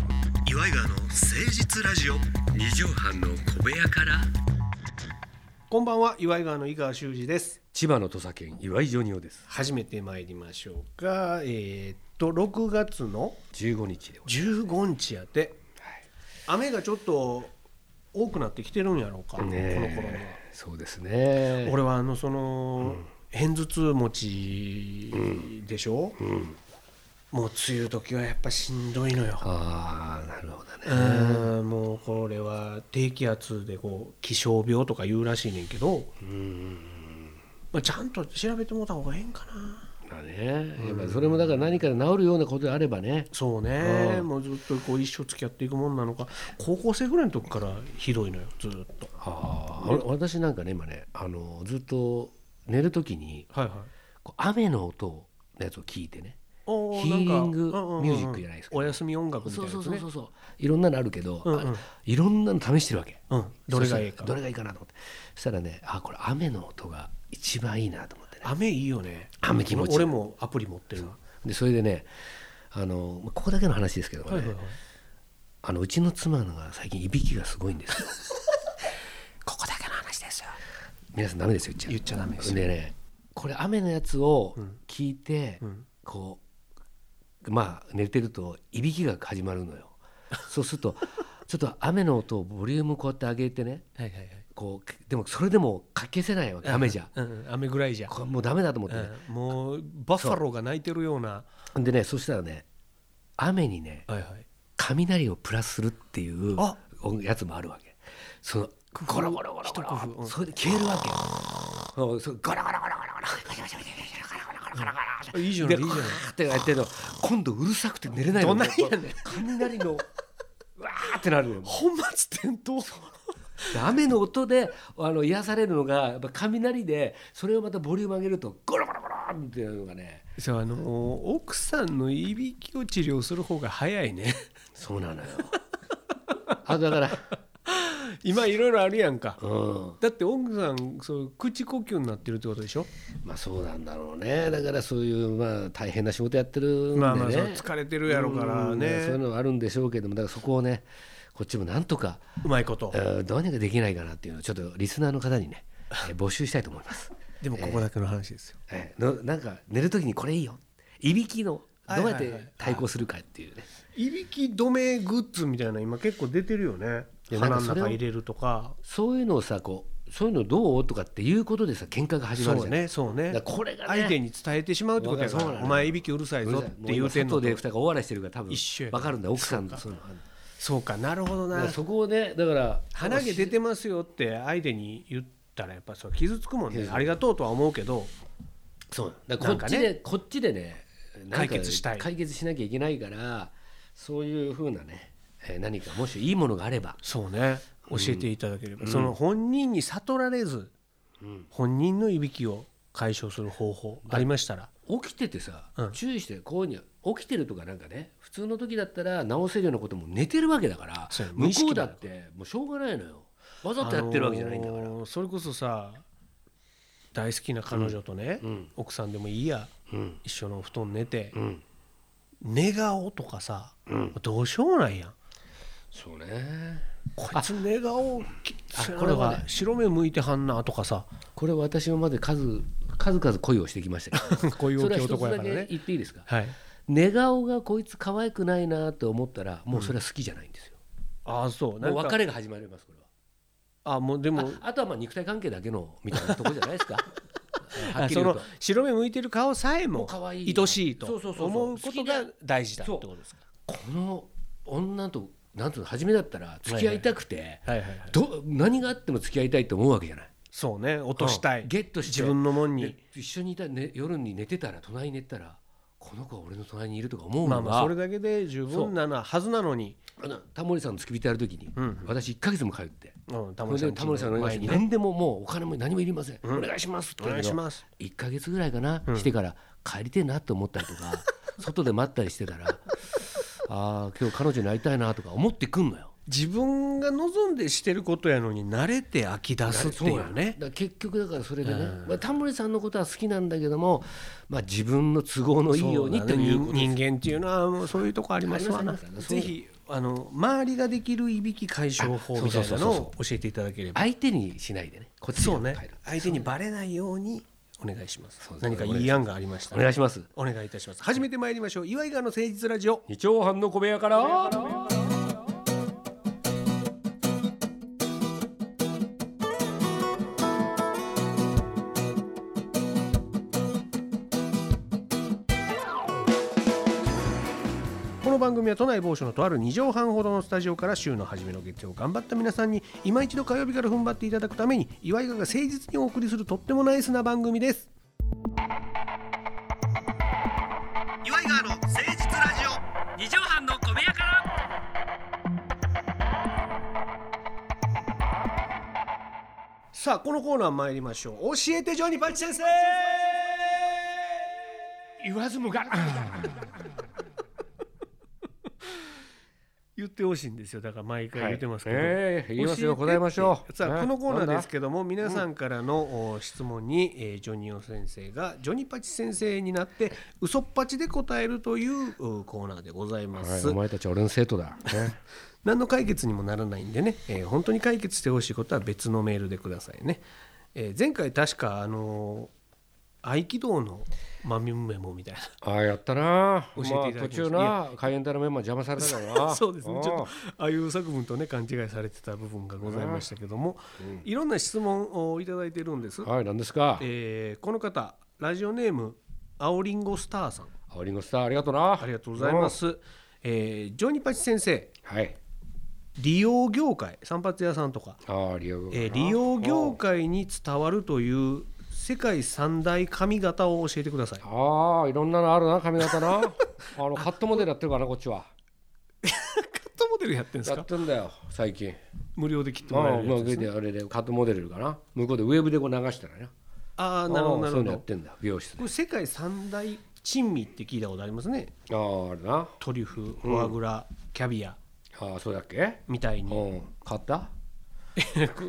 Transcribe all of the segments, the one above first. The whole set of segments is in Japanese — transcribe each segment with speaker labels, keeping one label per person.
Speaker 1: イガーの誠実ラジオ
Speaker 2: 二畳半の小部屋から
Speaker 1: こんばんは岩井川の井川修司です
Speaker 2: 千葉の土佐県岩井ジョニオです
Speaker 1: 始めてまいりましょうかえーっと6月の
Speaker 2: 15日でござい
Speaker 1: 15日やて雨がちょっと多くなってきてるんやろうか、こ
Speaker 2: ます
Speaker 1: の頃には
Speaker 2: ねえそうですね
Speaker 1: 俺はあのその、片頭痛持ちでしょ、もう梅雨時はやっぱしんどいのよ
Speaker 2: ああなるほどね
Speaker 1: うんもうこれは低気圧でこう気象病とか言うらしいねんけど、まあ、ちゃんと調べてもらった方がええんかな
Speaker 2: まあねやっぱりそれもだから何かで治るようなことであればね
Speaker 1: そうね、もうずっとこう一生付き合っていくもんなのか高校生ぐらいの時からひどいのよずっと
Speaker 2: ああ私なんかね今ねあのずっと寝るときに
Speaker 1: はいはい
Speaker 2: こう雨の音のやつを聞いてね
Speaker 1: お
Speaker 2: ヒーリングミュージックじゃないですか
Speaker 1: お休み音楽みたいな
Speaker 2: そう
Speaker 1: やつ
Speaker 2: そ
Speaker 1: ね
Speaker 2: うそうそうそういろんなのあるけど、
Speaker 1: うんうん
Speaker 2: あいろんなの試してるわけ
Speaker 1: うんどれがええ
Speaker 2: そ
Speaker 1: か
Speaker 2: うそうどれがいいかなと思ってそしたらねあこれ雨の音が一番いいなと思ってね
Speaker 1: 雨いいよね
Speaker 2: 雨気持ちいい
Speaker 1: 俺もアプリ持ってるわ
Speaker 2: でそれでねあのまあここだけの話ですけどもね、あのうちの妻のが最近いびきがすごいんで すよ
Speaker 1: ここだけの話ですよ
Speaker 2: 皆さんダメですよ言っちゃ
Speaker 1: 言っちゃダメですよ
Speaker 2: でねこれ雨のやつを聞いて、
Speaker 1: うん
Speaker 2: こうまあ寝てるといびきが始まるのよそうするとちょっと雨の音をボリュームこうやって上げてね
Speaker 1: はいはいはい
Speaker 2: こうでもそれでもかけせないわけダメじゃん
Speaker 1: うん雨ぐらいじゃ
Speaker 2: これもうダメだと思ってね、
Speaker 1: うんもうバッファローが泣いてるような
Speaker 2: でねそしたらね雨にね
Speaker 1: はいはい
Speaker 2: 雷をプラスするっていう
Speaker 1: あ
Speaker 2: 音やつもあるわけそのゴロゴロゴロゴ
Speaker 1: 一工夫う
Speaker 2: ロ
Speaker 1: ん
Speaker 2: それで消えるわけよそうそうゴロゴロゴロゴロゴロゴロゴロゴロゴロゴロゴロゴロゴロゴロ
Speaker 1: いいじゃない
Speaker 2: で
Speaker 1: いいじゃない
Speaker 2: わーってやってるの今度うるさくて寝れない
Speaker 1: ど
Speaker 2: の
Speaker 1: んなんやねん
Speaker 2: こう雷のわーってなるの
Speaker 1: 本末転倒
Speaker 2: で雨の音であの癒されるのがやっぱ雷でそれをまたボリューム上げるとゴロゴロゴロっていうのがね
Speaker 1: そうあの奥さんのいびきを治療する方が早いね
Speaker 2: そうなのよあとだから
Speaker 1: 今いろいろあるやんか
Speaker 2: うん
Speaker 1: だって奥さんそう口呼吸になってるってことでしょ
Speaker 2: まあそうなんだろうねだからそういうまあ大変な仕事やってるんでね、
Speaker 1: まあまあそう疲れてるやろから
Speaker 2: うんそういう
Speaker 1: ね
Speaker 2: のはあるんでしょうけどもだからそこをねこっちもなんとか、
Speaker 1: うまいこと
Speaker 2: えーどうにかできないかなっていうのをちょっとリスナーの方にね、えー募集したいと思います、
Speaker 1: でもここだけの話ですよ
Speaker 2: えーのなんか寝る時にこれいいよいびきのどうやっ
Speaker 1: はいはいはい
Speaker 2: て対抗するかっていうね、
Speaker 1: いびき止めグッズみたいなの今結構出てるよね
Speaker 2: いやなん
Speaker 1: 鼻の
Speaker 2: かそれを
Speaker 1: 中入れるとか
Speaker 2: そういうのをさこうそういうのどうとかっていうことでさ喧嘩が始まる
Speaker 1: そう
Speaker 2: じゃない、
Speaker 1: ねそうね
Speaker 2: だからこれがね
Speaker 1: 相手に伝えてしまうってことやか
Speaker 2: そうな
Speaker 1: ら
Speaker 2: の
Speaker 1: お前いびきうるさいぞって言うてん
Speaker 2: 外
Speaker 1: のと
Speaker 2: で二人が大笑いしてるから多分
Speaker 1: 一緒やから
Speaker 2: 分かるんだ奥さんとそういうの
Speaker 1: そうかなるほど
Speaker 2: だか
Speaker 1: な
Speaker 2: らそこをねだから
Speaker 1: 鼻毛出てますよって相手に言ったらやっぱそう傷つくもんねありがとうとは思うけど
Speaker 2: そうだからこっち
Speaker 1: なん
Speaker 2: で、こっちでねなんか
Speaker 1: 解決したい
Speaker 2: 解決しなきゃいけないからそういうふうなね、えー何かもしいいものがあれば
Speaker 1: そうね教えていただければ、その本人に悟られず、本人のいびきを解消する方法ありましたら
Speaker 2: 起きててさ、
Speaker 1: うん
Speaker 2: 注意してこういうふうに起きてるとかなんかね普通の時だったら直せるようなことも寝てるわけだから
Speaker 1: そうや無
Speaker 2: 向
Speaker 1: 意識
Speaker 2: こう
Speaker 1: だ
Speaker 2: だ
Speaker 1: よ
Speaker 2: ってもうしょうがないのよわざとやってるわけじゃないんだから、
Speaker 1: あのーそれこそさ大好きな彼女とね、
Speaker 2: ん
Speaker 1: 奥さんでもいいや
Speaker 2: うん
Speaker 1: 一緒のお布団寝て、
Speaker 2: うん
Speaker 1: 寝顔とかさ、どうしようもないやん
Speaker 2: そうね
Speaker 1: こいつ寝顔き
Speaker 2: あ
Speaker 1: こ
Speaker 2: こ
Speaker 1: れ
Speaker 2: れ
Speaker 1: は、
Speaker 2: はね
Speaker 1: 白目向いてはんなとか さ
Speaker 2: これ私今まで数数々恋をしてきましたけど
Speaker 1: こう いう
Speaker 2: そ
Speaker 1: 大
Speaker 2: れは
Speaker 1: きい
Speaker 2: 一つ
Speaker 1: 男や
Speaker 2: だ
Speaker 1: から
Speaker 2: け
Speaker 1: ね
Speaker 2: 言っていいですか
Speaker 1: はい
Speaker 2: 寝顔がこいつ可愛くないなと思ったらもうそれは好きじゃないんですよ、
Speaker 1: ああそうな
Speaker 2: も
Speaker 1: ん
Speaker 2: う
Speaker 1: か
Speaker 2: 別れが始まりますこれは
Speaker 1: あもうでも
Speaker 2: ああとはまあ肉体関係だけのみたいなとこじゃない ですかはっ
Speaker 1: あ
Speaker 2: き
Speaker 1: そ
Speaker 2: り言
Speaker 1: の
Speaker 2: うと
Speaker 1: 白目向いてる顔さえ
Speaker 2: も
Speaker 1: も
Speaker 2: う可愛い
Speaker 1: 愛しいと
Speaker 2: そうそうそうそう
Speaker 1: 思うことが大事だって
Speaker 2: そう
Speaker 1: ことですか
Speaker 2: この女となんつうの初めだったら付き合いたくて、
Speaker 1: はいはいはい
Speaker 2: ど何があっても付き合いたいと思うわけじゃない
Speaker 1: そうね落としたい、
Speaker 2: うんゲットして
Speaker 1: 自分のもん
Speaker 2: で
Speaker 1: に
Speaker 2: 一緒にいた、ね、夜に寝てたら隣に寝てたらこの子は俺の隣にいるとか思う
Speaker 1: まあ
Speaker 2: の
Speaker 1: まあ
Speaker 2: が、
Speaker 1: それだけで十分ななはずなのに
Speaker 2: あのタモリさんの付き人やる時に、私1か月も通って
Speaker 1: うんタ
Speaker 2: それでタモリさんの
Speaker 1: 前
Speaker 2: 話
Speaker 1: に
Speaker 2: に
Speaker 1: ね
Speaker 2: 何でももうお金も何もいりません、お願いしますって
Speaker 1: お
Speaker 2: 言う
Speaker 1: 願
Speaker 2: け
Speaker 1: いし
Speaker 2: ど
Speaker 1: ます
Speaker 2: 1か月ぐらいかな、してから帰りてえなと思ったり とか外で待ったりしてたらああ今日彼女に会いたいなとか思ってくんのよ。
Speaker 1: 自分が望んでしてることやのに慣れて飽き出すっていう
Speaker 2: だ
Speaker 1: ね
Speaker 2: から結局だからそれでね、まあ、タモリさんのことは好きなんだけども、まあ、自分の都合のいいようにって
Speaker 1: そだ
Speaker 2: い
Speaker 1: ね
Speaker 2: うこと
Speaker 1: 人人間っていうのはもうそういうとこありますわな
Speaker 2: ありますあります
Speaker 1: ぜひあの周りができるいびき解消法みたいな
Speaker 2: あそうそうそ
Speaker 1: の
Speaker 2: う
Speaker 1: を教えていただければ
Speaker 2: 相手にしないでねこっちに
Speaker 1: そうね
Speaker 2: 帰る
Speaker 1: 相手にバレないようにお願いします
Speaker 2: そうです
Speaker 1: 何かいい案がありました
Speaker 2: お願いします
Speaker 1: お願いいたします初めて参りましょう岩井川の誠実ラジオ
Speaker 2: 二丁半の小部屋から
Speaker 1: この番組は都内某所のとある2畳半ほどのスタジオから週の初めの月曜頑張った皆さんに今一度火曜日から踏ん張っていただくために岩井川が誠実にお送りするとってもナイスな番組です
Speaker 3: 岩井川の誠実ラジオ二畳半の小部屋から
Speaker 1: さあこのコーナー参りましょう教えてジョニーパッチ先生
Speaker 2: 言わずもが
Speaker 1: 言ってほしいんですよだから毎回言ってますけど、
Speaker 2: ええ言いますよ
Speaker 1: 教えて
Speaker 2: 答えましょう
Speaker 1: さあ
Speaker 2: ね
Speaker 1: このコーナーです
Speaker 2: なんだ
Speaker 1: けども皆さんからのお質問に、えージョニオ先生がジョニパチ先生になって嘘っぱちで答えるといううコーナーでございま
Speaker 2: はい
Speaker 1: す、
Speaker 2: お前たちは俺の生徒だ、ね
Speaker 1: 何の解決にもならないんでね、えー本当に解決してほしいことは別のメールでくださいね、えー前回確かあのー合気道の豆メモみたいな
Speaker 2: ああやったな
Speaker 1: 教えていただきま
Speaker 2: 途
Speaker 1: した
Speaker 2: 中なカイエンダのメモ邪魔されたから な
Speaker 1: そうですねちょっ
Speaker 2: あ
Speaker 1: とああいう作文とね勘違いされてた部分がございましたけども、いろんな質問をいただいてるんです
Speaker 2: あはい何ですか
Speaker 1: えーこの方ラジオネーム青りんごスターさん
Speaker 2: 青りんごスターありがとうな
Speaker 1: ありがとうございます、えージョニパチ先生
Speaker 2: うんはい
Speaker 1: 利用業界散髪屋さんとか、
Speaker 2: ああ利用
Speaker 1: えー利用業界に伝わるという世界三大髪型を教えてください
Speaker 2: ああいろんなのあるな髪 型なあのカットモデルやってるからなこっちは
Speaker 1: カットモデルやってるんで
Speaker 2: やってんだよ最近
Speaker 1: 無料で切って
Speaker 2: ま
Speaker 1: も
Speaker 2: あ
Speaker 1: らえ
Speaker 2: あ
Speaker 1: るやつです
Speaker 2: であれでカットモデルかな向こうでウェブでこう流したらね
Speaker 1: ああなるほどな
Speaker 2: ああ
Speaker 1: るほ
Speaker 2: そういうのや
Speaker 1: ど
Speaker 2: っ
Speaker 1: こ
Speaker 2: てんだ美容室で
Speaker 1: れ世界三大珍味って聞いたことありますね
Speaker 2: あああれな
Speaker 1: トリュフフォアグラ、キャビア
Speaker 2: ああそうだっけ
Speaker 1: みたいうに
Speaker 2: ん買ったあ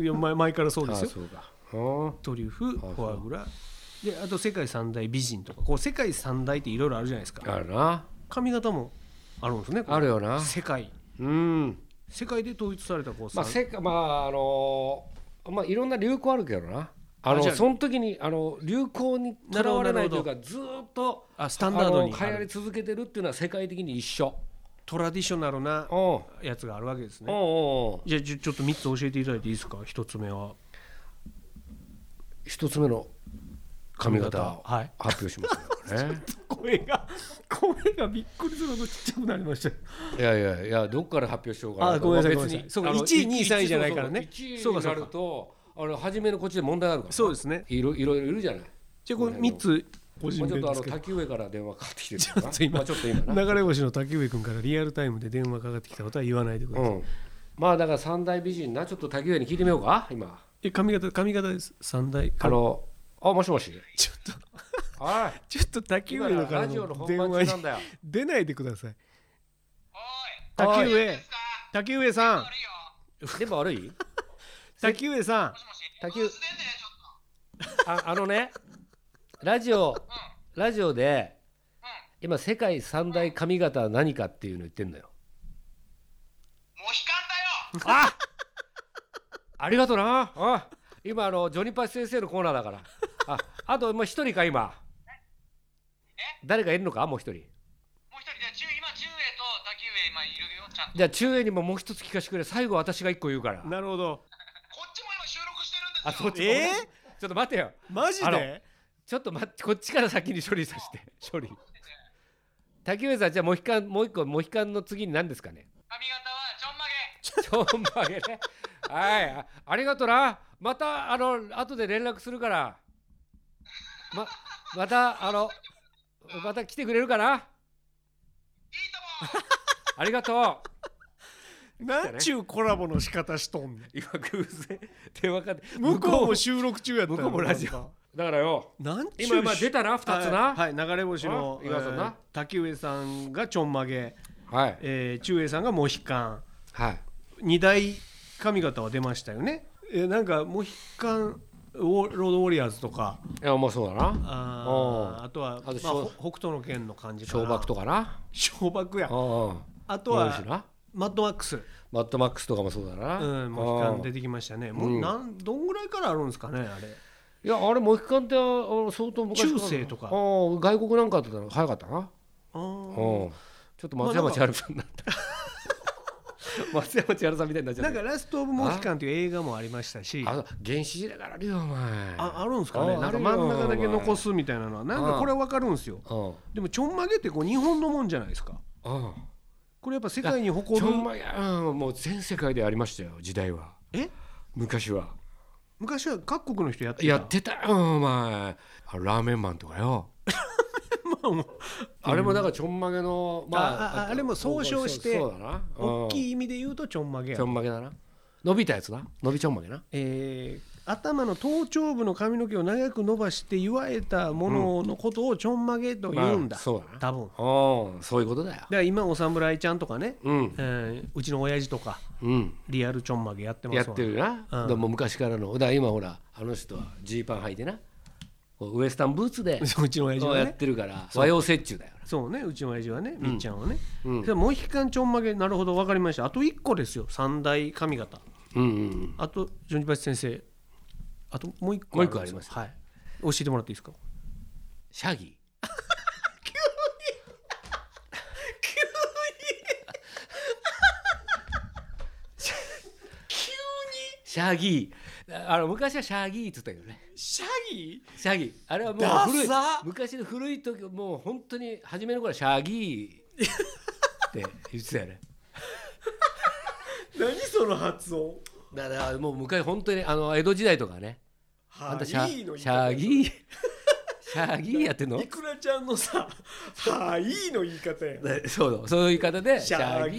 Speaker 1: いや 前前からそう
Speaker 2: あ
Speaker 1: ですよ
Speaker 2: そうだうん
Speaker 1: トリュフフォアグラであと世界三大美人とかこう世界三大っていろいろあるじゃないですか
Speaker 2: あるな
Speaker 1: 髪型もあるんですねこれ
Speaker 2: あるよな
Speaker 1: 世界
Speaker 2: うん
Speaker 1: 世界で統一されたこう
Speaker 2: まあ
Speaker 1: 三
Speaker 2: せかまああのーまあいろんな流行あるけどなあ
Speaker 1: あ
Speaker 2: の
Speaker 1: じゃあ
Speaker 2: その時にあの流行にとらわれないというかずーっと
Speaker 1: あスタンダードに
Speaker 2: あの流
Speaker 1: あ
Speaker 2: 行り
Speaker 1: る
Speaker 2: 続けてるっていうのは世界的に一緒
Speaker 1: トラディショナルな
Speaker 2: うんうん
Speaker 1: やつがあるわけです
Speaker 2: う
Speaker 1: ね
Speaker 2: んうん
Speaker 1: じゃあちょちょっと3つ教えていただいていいですか1つ目は
Speaker 2: 一つ目の髪型を
Speaker 1: はい
Speaker 2: 発表しま すよね
Speaker 1: 声が声がびっくりするほどちっちゃくなりました
Speaker 2: いやいやいやどっから発表しようかな
Speaker 1: あごめんなさいごめんなさい
Speaker 2: 別
Speaker 1: そう
Speaker 2: に
Speaker 1: か
Speaker 2: あの
Speaker 1: 一位二位三位じゃないからね
Speaker 2: 一
Speaker 1: そ
Speaker 2: 位
Speaker 1: うか
Speaker 2: に
Speaker 1: そう
Speaker 2: な
Speaker 1: か
Speaker 2: るとあの初めのこっちで問題あるから
Speaker 1: そうですね
Speaker 2: いろいろいろいるじゃない
Speaker 1: じゃあこれ3つ個
Speaker 2: ま
Speaker 1: 人
Speaker 2: あち
Speaker 1: 名
Speaker 2: ょっと
Speaker 1: で
Speaker 2: あ
Speaker 1: す
Speaker 2: の
Speaker 1: けど
Speaker 2: 滝上から電話かかってきてるから
Speaker 1: ち
Speaker 2: な
Speaker 1: ょっと今
Speaker 2: まあちょっと今な
Speaker 1: 流れ星の滝上君からリアルタイムで電話かかってきたことは言わないでください、
Speaker 2: うん、まあだから三大美人なちょっと滝上に聞いてみようか今
Speaker 1: え髪型髪型です三大
Speaker 2: あのあもしもし
Speaker 1: ちょっと
Speaker 2: おい
Speaker 1: ちょっと滝
Speaker 2: 今
Speaker 1: 上のから
Speaker 2: ラジオの
Speaker 1: の
Speaker 2: 本
Speaker 1: 電
Speaker 2: 番
Speaker 1: 話
Speaker 2: 中
Speaker 1: に
Speaker 2: なんだよ
Speaker 1: 出ないでください。滝上、滝上さん、
Speaker 2: 電波悪い
Speaker 1: 滝上さん、
Speaker 2: 滝上ああのねラジオラジオで今世界三大髪型は何かっていうの言ってんだよ
Speaker 4: モヒカンだよ
Speaker 2: あありがとうなおい今あのジョニパチ先生のコーナーだからああともう一人か今誰かいるのかもう一人
Speaker 4: もう一人で中今中衛と滝上今いるよちゃんと
Speaker 2: じゃあ中英にももう一つ聞かせてくれ最後私が一個言うから
Speaker 1: なるほど。
Speaker 4: こっちも今収録してるんですよ
Speaker 2: あそっち、
Speaker 1: えー
Speaker 2: ちょっと待てよ
Speaker 1: マジ
Speaker 2: あの
Speaker 1: で？
Speaker 2: ちょっと待ってこっちから先に処理さ せて処理竹上さんじゃあモヒカンもう一個モヒカンの次に何ですかね
Speaker 4: 髪型はちょんまげ
Speaker 2: ちょんまげねはいあありがとなまたあの後で連絡するからままたあのまた来てくれるかない
Speaker 4: いとも
Speaker 2: ありがとう
Speaker 1: なんちゅうコラボの仕方しとんねん。
Speaker 2: 今偶然電話かかって
Speaker 1: 向こうも収録中やったの
Speaker 2: 向こうもラジ
Speaker 1: オ。
Speaker 2: だからよ
Speaker 1: なんちゅう
Speaker 2: 今今出たな2つな
Speaker 1: はい、はい流れ星の
Speaker 2: あ井川さんな
Speaker 1: えー滝上さんがちょんまげ、
Speaker 2: はい
Speaker 1: えー、中衛さんがモヒカン。
Speaker 2: はい
Speaker 1: 二大髪型は出ましたよね。えーなんかモヒカンウォロードウォリアーズとか。
Speaker 2: いやまあそうだな
Speaker 1: あ
Speaker 2: う
Speaker 1: ー
Speaker 2: ん
Speaker 1: あとは
Speaker 2: あとし
Speaker 1: まあ
Speaker 2: ょう
Speaker 1: ほ北斗の拳の感じかな
Speaker 2: 小爆とかな
Speaker 1: 小爆や
Speaker 2: うんうん
Speaker 1: あとは
Speaker 2: な
Speaker 1: マッドマックス、
Speaker 2: マッドマックスとかもそうだな、
Speaker 1: うん、モヒカン
Speaker 2: あ
Speaker 1: 出
Speaker 2: ー
Speaker 1: てきましたねもうなんどんぐらいからあるんですかねあれ
Speaker 2: いやあれモヒカンってあの相当昔
Speaker 1: 中
Speaker 2: ら
Speaker 1: 世とか
Speaker 2: あー外国なんかだったら早かったな、
Speaker 1: あ
Speaker 2: うん、
Speaker 1: ー
Speaker 2: ちょっと松山千春さんになった松山千春さんみたいになっちゃ
Speaker 1: な
Speaker 2: っ
Speaker 1: ん
Speaker 2: た
Speaker 1: か「ラスト・オブ・モヒカン」という映画もありましたし
Speaker 2: あの原始時代からあるよお前
Speaker 1: ああるんですかねな
Speaker 2: あ
Speaker 1: んか
Speaker 2: ある
Speaker 1: 真
Speaker 2: よ
Speaker 1: ん中だけ残すみたいなのはなんかこれは分かるんですよ
Speaker 2: うんうん
Speaker 1: でもちょんまげってこう日本のもんじゃないですかこれやっぱ世界に誇
Speaker 2: ち
Speaker 1: る
Speaker 2: ょんまげうんもう全世界でありましたよ時代は
Speaker 1: え
Speaker 2: 昔は
Speaker 1: 昔は各国の人やってた
Speaker 2: やってたよお前あのラーメンマンとかよあれもだからちょんまげの
Speaker 1: あああれも総称して
Speaker 2: そうそうだな
Speaker 1: 大
Speaker 2: い
Speaker 1: きい意味で言うとちょんまげや
Speaker 2: ちょんまげだな伸びたやつな伸びちょんまげな
Speaker 1: えー頭の頭頂部の髪の毛を長く伸ばして祝えたもののことをちょんまげと言うん
Speaker 2: ま
Speaker 1: だ、
Speaker 2: あそうだな
Speaker 1: 多分だか
Speaker 2: うんそういうことだよ
Speaker 1: ら今お侍ちゃんとかね、
Speaker 2: うん
Speaker 1: えーうちの親父とか
Speaker 2: うん
Speaker 1: リアルちょんまげやってま
Speaker 2: や
Speaker 1: す
Speaker 2: っ
Speaker 1: わ
Speaker 2: てるな、
Speaker 1: うん
Speaker 2: でも昔からのだから今ほらあの人はジーパン履いてなこうウエスタンブーツで
Speaker 1: そううちの親父
Speaker 2: そう
Speaker 1: は
Speaker 2: やっ
Speaker 1: ね
Speaker 2: てるから和洋折衷だよ
Speaker 1: そうねうちの親父はねみっちゃんはね、
Speaker 2: うん
Speaker 1: それモヒカンちょんまげなるほど分かりましたあと1個ですよ三大髪型
Speaker 2: うんうん
Speaker 1: あとジョニパチ先生あともう1個るんで
Speaker 2: もう一個ありますよ
Speaker 1: はい教えてもらっていいですか
Speaker 2: シャギ急に急に急にシャギーあの昔はシャギーっつったけどね
Speaker 1: シャギ
Speaker 2: シャギーあれはもう
Speaker 1: ダ
Speaker 2: 古い
Speaker 1: サ
Speaker 2: 昔の古い時もう本当に初めの頃はシャギーって言ってたよね
Speaker 1: 何その発音
Speaker 2: だからもう昔本当にあの江戸時代とかねあんたシャシャギーシャギーやってんの
Speaker 1: いくらちゃんの さ「はい」の言い方や
Speaker 2: ね そうだそういう言い方で
Speaker 1: シ
Speaker 2: シ
Speaker 1: ャ
Speaker 2: ャ
Speaker 1: ギ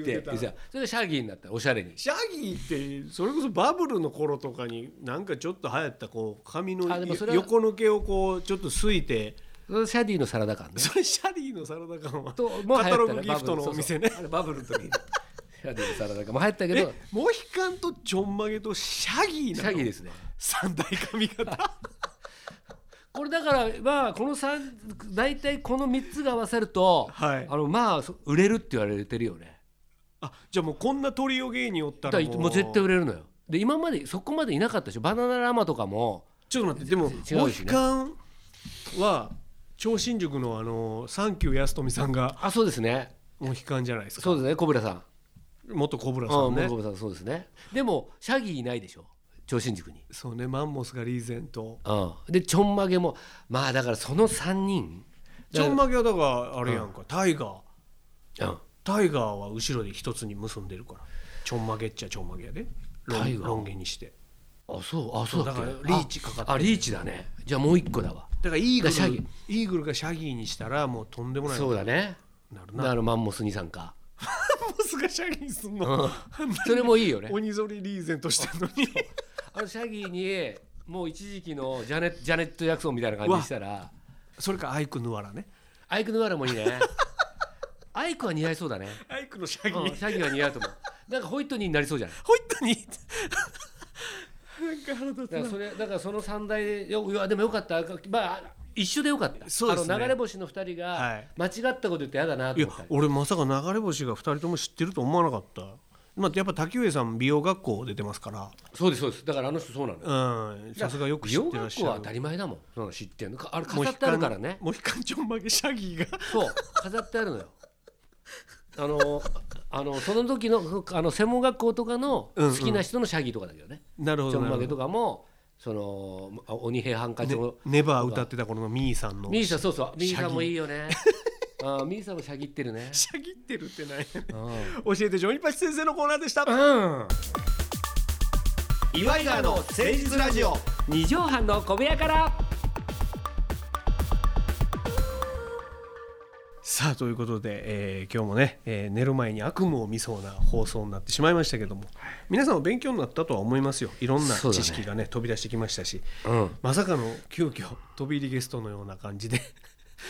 Speaker 1: ー
Speaker 2: ー
Speaker 1: っ
Speaker 2: ってて
Speaker 1: 言
Speaker 2: 言
Speaker 1: っ
Speaker 2: ってて
Speaker 1: た
Speaker 2: たそれでシャギーになったおしゃれに
Speaker 1: シャギーってそれこそバブルの頃とかになんかちょっと流行ったこう髪の
Speaker 2: あでもそれは
Speaker 1: 横抜けをこうちょっとすい て
Speaker 2: それシャディのサラダ 感ね
Speaker 1: それシャリーのサラダ感 は
Speaker 2: と
Speaker 1: カタログ
Speaker 2: ね
Speaker 1: ギフトのお店ね
Speaker 2: バブルそうそうあれバブルの時に シャディのサラダ感も流行ったけど
Speaker 1: えモヒカンとちょんまげとシャギー
Speaker 2: シ
Speaker 1: なの
Speaker 2: ャギーですね
Speaker 1: 三大髪 型
Speaker 2: これだからまあこの三大体この3つが合わさると、
Speaker 1: はい
Speaker 2: あのまあそ売れるって言われてるよね
Speaker 1: あじゃあもうこんなトリオ芸人おった
Speaker 2: だからら
Speaker 1: もう
Speaker 2: もう絶対売れるのよで今までそこまでいなかったでしょバナナラマとかも
Speaker 1: ちょっと待ってでも、
Speaker 2: しね
Speaker 1: モヒカンは超新塾のあのサンキュー安富さんが
Speaker 2: あそうですね
Speaker 1: モヒカンじゃないですか
Speaker 2: そうですね小倉さん
Speaker 1: 元コブラさ
Speaker 2: うんん、
Speaker 1: ね
Speaker 2: 森久保さんそうですねでもシャギーいないでしょ超新塾に、
Speaker 1: そうねマンモスがリーゼント
Speaker 2: うん、でちょんまげもまあだからその3人
Speaker 1: ちょん
Speaker 2: ま
Speaker 1: まげはだからあれやんか、タイガー
Speaker 2: げ、うん、
Speaker 1: タイガーは後ろで一つに結んでるからちょんまげっちゃちょんまげやでロ
Speaker 2: タイ
Speaker 1: ン
Speaker 2: ガー
Speaker 1: ロン毛にして
Speaker 2: あそうあそうだっけ
Speaker 1: だからリーチかかってる
Speaker 2: ああリーチだねじゃあもう一個だわ
Speaker 1: だからイーグ
Speaker 2: だからシャ
Speaker 1: ル
Speaker 2: ギ
Speaker 1: イーグルがシャギーにしたらもうとんでもない
Speaker 2: そうだね
Speaker 1: なるな
Speaker 2: なるマンモス2さんか
Speaker 1: マンモスがシャギーにすんの、
Speaker 2: それもい いよね
Speaker 1: 鬼ぞりリーゼントしてんの に
Speaker 2: あのシャギーにもう一時期のジャネジャネット・ジャクソンみたいな感じにしたら
Speaker 1: それかアイクヌアラね
Speaker 2: アイク・ヌアラもいいね アイクは似合いそうだね、
Speaker 1: アイクのシャギ
Speaker 2: うん、シャギーは似合うと思うなんかホイットニーになりそうじゃない
Speaker 1: ホイットニーなんか腹立
Speaker 2: だからそれだからその三大でよいやでもよかったまあ一緒でよかった
Speaker 1: そうですね
Speaker 2: あの流れ星の二人
Speaker 1: は
Speaker 2: が
Speaker 1: い
Speaker 2: 間違ったこと言ってやだなと
Speaker 1: いや
Speaker 2: 思った、
Speaker 1: 俺まさか流れ星が2人とも知ってると思わなかった、まあ、やっぱ滝上さん美容学校出てますか
Speaker 2: そうですそうですだからあの人そうなのよ
Speaker 1: らうんさすがよく知
Speaker 2: 洋
Speaker 1: ってらっ
Speaker 2: 学
Speaker 1: し
Speaker 2: 校は
Speaker 1: ゃ
Speaker 2: 当た
Speaker 1: る
Speaker 2: り前だもんその知ってんのかあれ
Speaker 1: モ
Speaker 2: 飾
Speaker 1: ヒ
Speaker 2: ってあ
Speaker 1: カ
Speaker 2: る
Speaker 1: ン
Speaker 2: からね
Speaker 1: モヒカンちょんまげシャギーが
Speaker 2: そう飾ってあるのよあのあのその時のあの専門学校とかの
Speaker 1: うんうん
Speaker 2: 好きな人のシャギーとかだけどね、
Speaker 1: なるほ
Speaker 2: ち
Speaker 1: ど
Speaker 2: ょん
Speaker 1: な
Speaker 2: ま
Speaker 1: る
Speaker 2: げ
Speaker 1: ほ
Speaker 2: とかもそのあ鬼平犯科帳、
Speaker 1: どネバー歌ってた頃のミーさんの
Speaker 2: ミーシャそうそうミーシ
Speaker 1: シャ
Speaker 2: ャ
Speaker 1: ギ
Speaker 2: もいいよ ねあーミーシャもシャギってるね
Speaker 1: シャギってるってない教
Speaker 2: うん
Speaker 1: えてジョニパチ先生のコーナーでした
Speaker 3: 岩井川の誠実ラジオ
Speaker 2: 二畳半の小部屋から。
Speaker 1: さあということで、えー今日もね、えー寝る前に悪夢を見そうな放送になってしまいましたけども皆さんも勉強になったとは思いますよいろんな
Speaker 2: そうだね
Speaker 1: 知識がね飛び出してきましたし
Speaker 2: うん、
Speaker 1: まさかの急遽飛び入りゲストのような感じで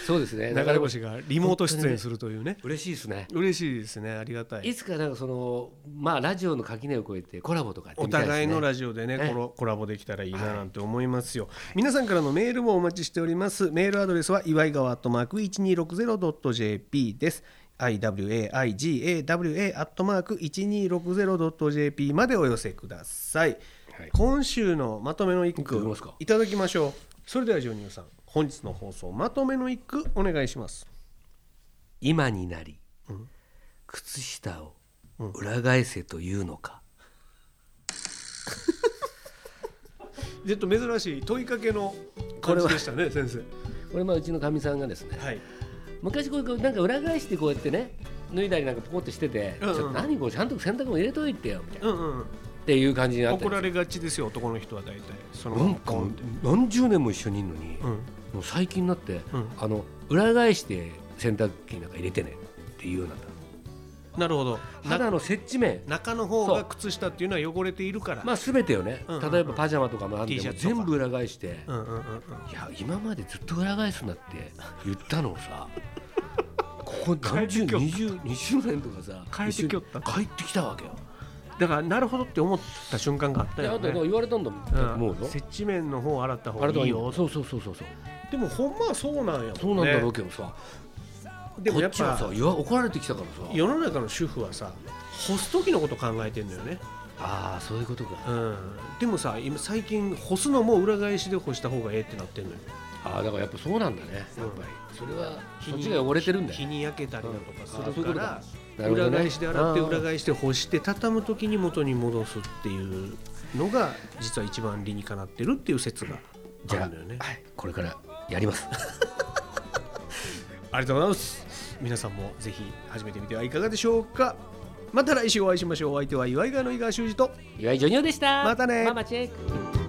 Speaker 2: そうですね。
Speaker 1: 流れ星がリモート出演するというね
Speaker 2: 嬉しいですね。
Speaker 1: 嬉しいですねありがた
Speaker 2: い
Speaker 1: い
Speaker 2: つかなんかそのまあラジオの垣根を越えてコラボとかやって
Speaker 1: お
Speaker 2: みたいですね。
Speaker 1: 互いのラジオでね
Speaker 2: ええ
Speaker 1: コラコラボできたらいいななんて思いますよ皆さんからのメールもお待ちしておりますメールアドレスは祝い川とマーク 1260.jp です iwaigawa.1260.jp までお寄せください、
Speaker 2: はい
Speaker 1: 今週のまとめの一
Speaker 2: いただき
Speaker 1: 句
Speaker 2: ますか
Speaker 1: いただきましょうそれではジョニオさん本日の放送まとめの一句お願いします
Speaker 2: 今になり、
Speaker 1: うん
Speaker 2: 靴下を
Speaker 1: うん
Speaker 2: 裏返せというのか、
Speaker 1: ちょっと珍しい問いかけの
Speaker 2: 感じで
Speaker 1: したね先生
Speaker 2: これまあうちのかみさんがですね
Speaker 1: はい
Speaker 2: 昔こういうなんか裏返してこうやってね脱いだりなんかポコってしてて、
Speaker 1: うんうん
Speaker 2: ちょっと何これちゃんと洗濯も入れといてよみたいな、
Speaker 1: うんうん
Speaker 2: っていう感じになって
Speaker 1: 怒られがちですよ男の人は大体その
Speaker 2: なんか
Speaker 1: ポンって
Speaker 2: 何十年も一緒にいるのに、
Speaker 1: うん
Speaker 2: もう最近になって、
Speaker 1: うん
Speaker 2: あの裏返して洗濯機なんか入れてねっていうようになっ
Speaker 1: なるほど
Speaker 2: た肌の接地面
Speaker 1: 中の方が
Speaker 2: そう
Speaker 1: 靴下っていうのは汚れているから
Speaker 2: まあ全てよね、
Speaker 1: うんうん
Speaker 2: 例えばパジャマとかもあんで
Speaker 1: T シャ
Speaker 2: も
Speaker 1: ツとか
Speaker 2: 全部裏返して、
Speaker 1: うんうんうんうん
Speaker 2: いや今までずっと裏返すなって言ったのを さここ何十
Speaker 1: 帰って
Speaker 2: 二十二十年とかさ
Speaker 1: 帰ってきよった
Speaker 2: 一緒に帰ってきたわけよ
Speaker 1: だからなるほどって思った瞬間があった
Speaker 2: で
Speaker 1: よ
Speaker 2: あと
Speaker 1: ね
Speaker 2: 言われたんだもん、
Speaker 1: うん
Speaker 2: 思うよ
Speaker 1: 接地面の方洗った方
Speaker 2: あ
Speaker 1: が
Speaker 2: れとか
Speaker 1: いい
Speaker 2: いいよ
Speaker 1: よ
Speaker 2: そうそうそうそうそう
Speaker 1: でもほんまはそうなんやもんね
Speaker 2: そうなんだろうけどさ、
Speaker 1: でも
Speaker 2: こ
Speaker 1: や
Speaker 2: っ
Speaker 1: っ
Speaker 2: ちはさ
Speaker 1: ぱ
Speaker 2: 言わ怒られてきたからさ
Speaker 1: 世の中の主婦はさ干す時のこと考えてんのよね、
Speaker 2: ああそういうことか
Speaker 1: うん、でもさ今最近干すのも裏返しで干した方がええってなってんのよ
Speaker 2: ああだからやっぱそうなんだねやっぱ
Speaker 1: うん
Speaker 2: りそれはそっちが汚れてるんだ
Speaker 1: 日
Speaker 2: よ
Speaker 1: に焼けたりだと
Speaker 2: うん
Speaker 1: か
Speaker 2: あー
Speaker 1: す
Speaker 2: そういう
Speaker 1: る
Speaker 2: こ
Speaker 1: か
Speaker 2: と
Speaker 1: ら
Speaker 2: かなるほどね
Speaker 1: 裏返しで洗って
Speaker 2: あー
Speaker 1: 裏返して干して畳む時に元に戻すっていうのが実は一番理にかなってるっていう説があ
Speaker 2: じゃ
Speaker 1: る
Speaker 2: あ
Speaker 1: んだよね
Speaker 2: はいこれからやります
Speaker 1: ありがとうございます皆さんもぜひ始めてみてはいかがでしょうかまた来週お会いしましょうお相手は岩井川の井川修司と
Speaker 2: 岩井ジョニオでした
Speaker 1: またね
Speaker 2: ママチェック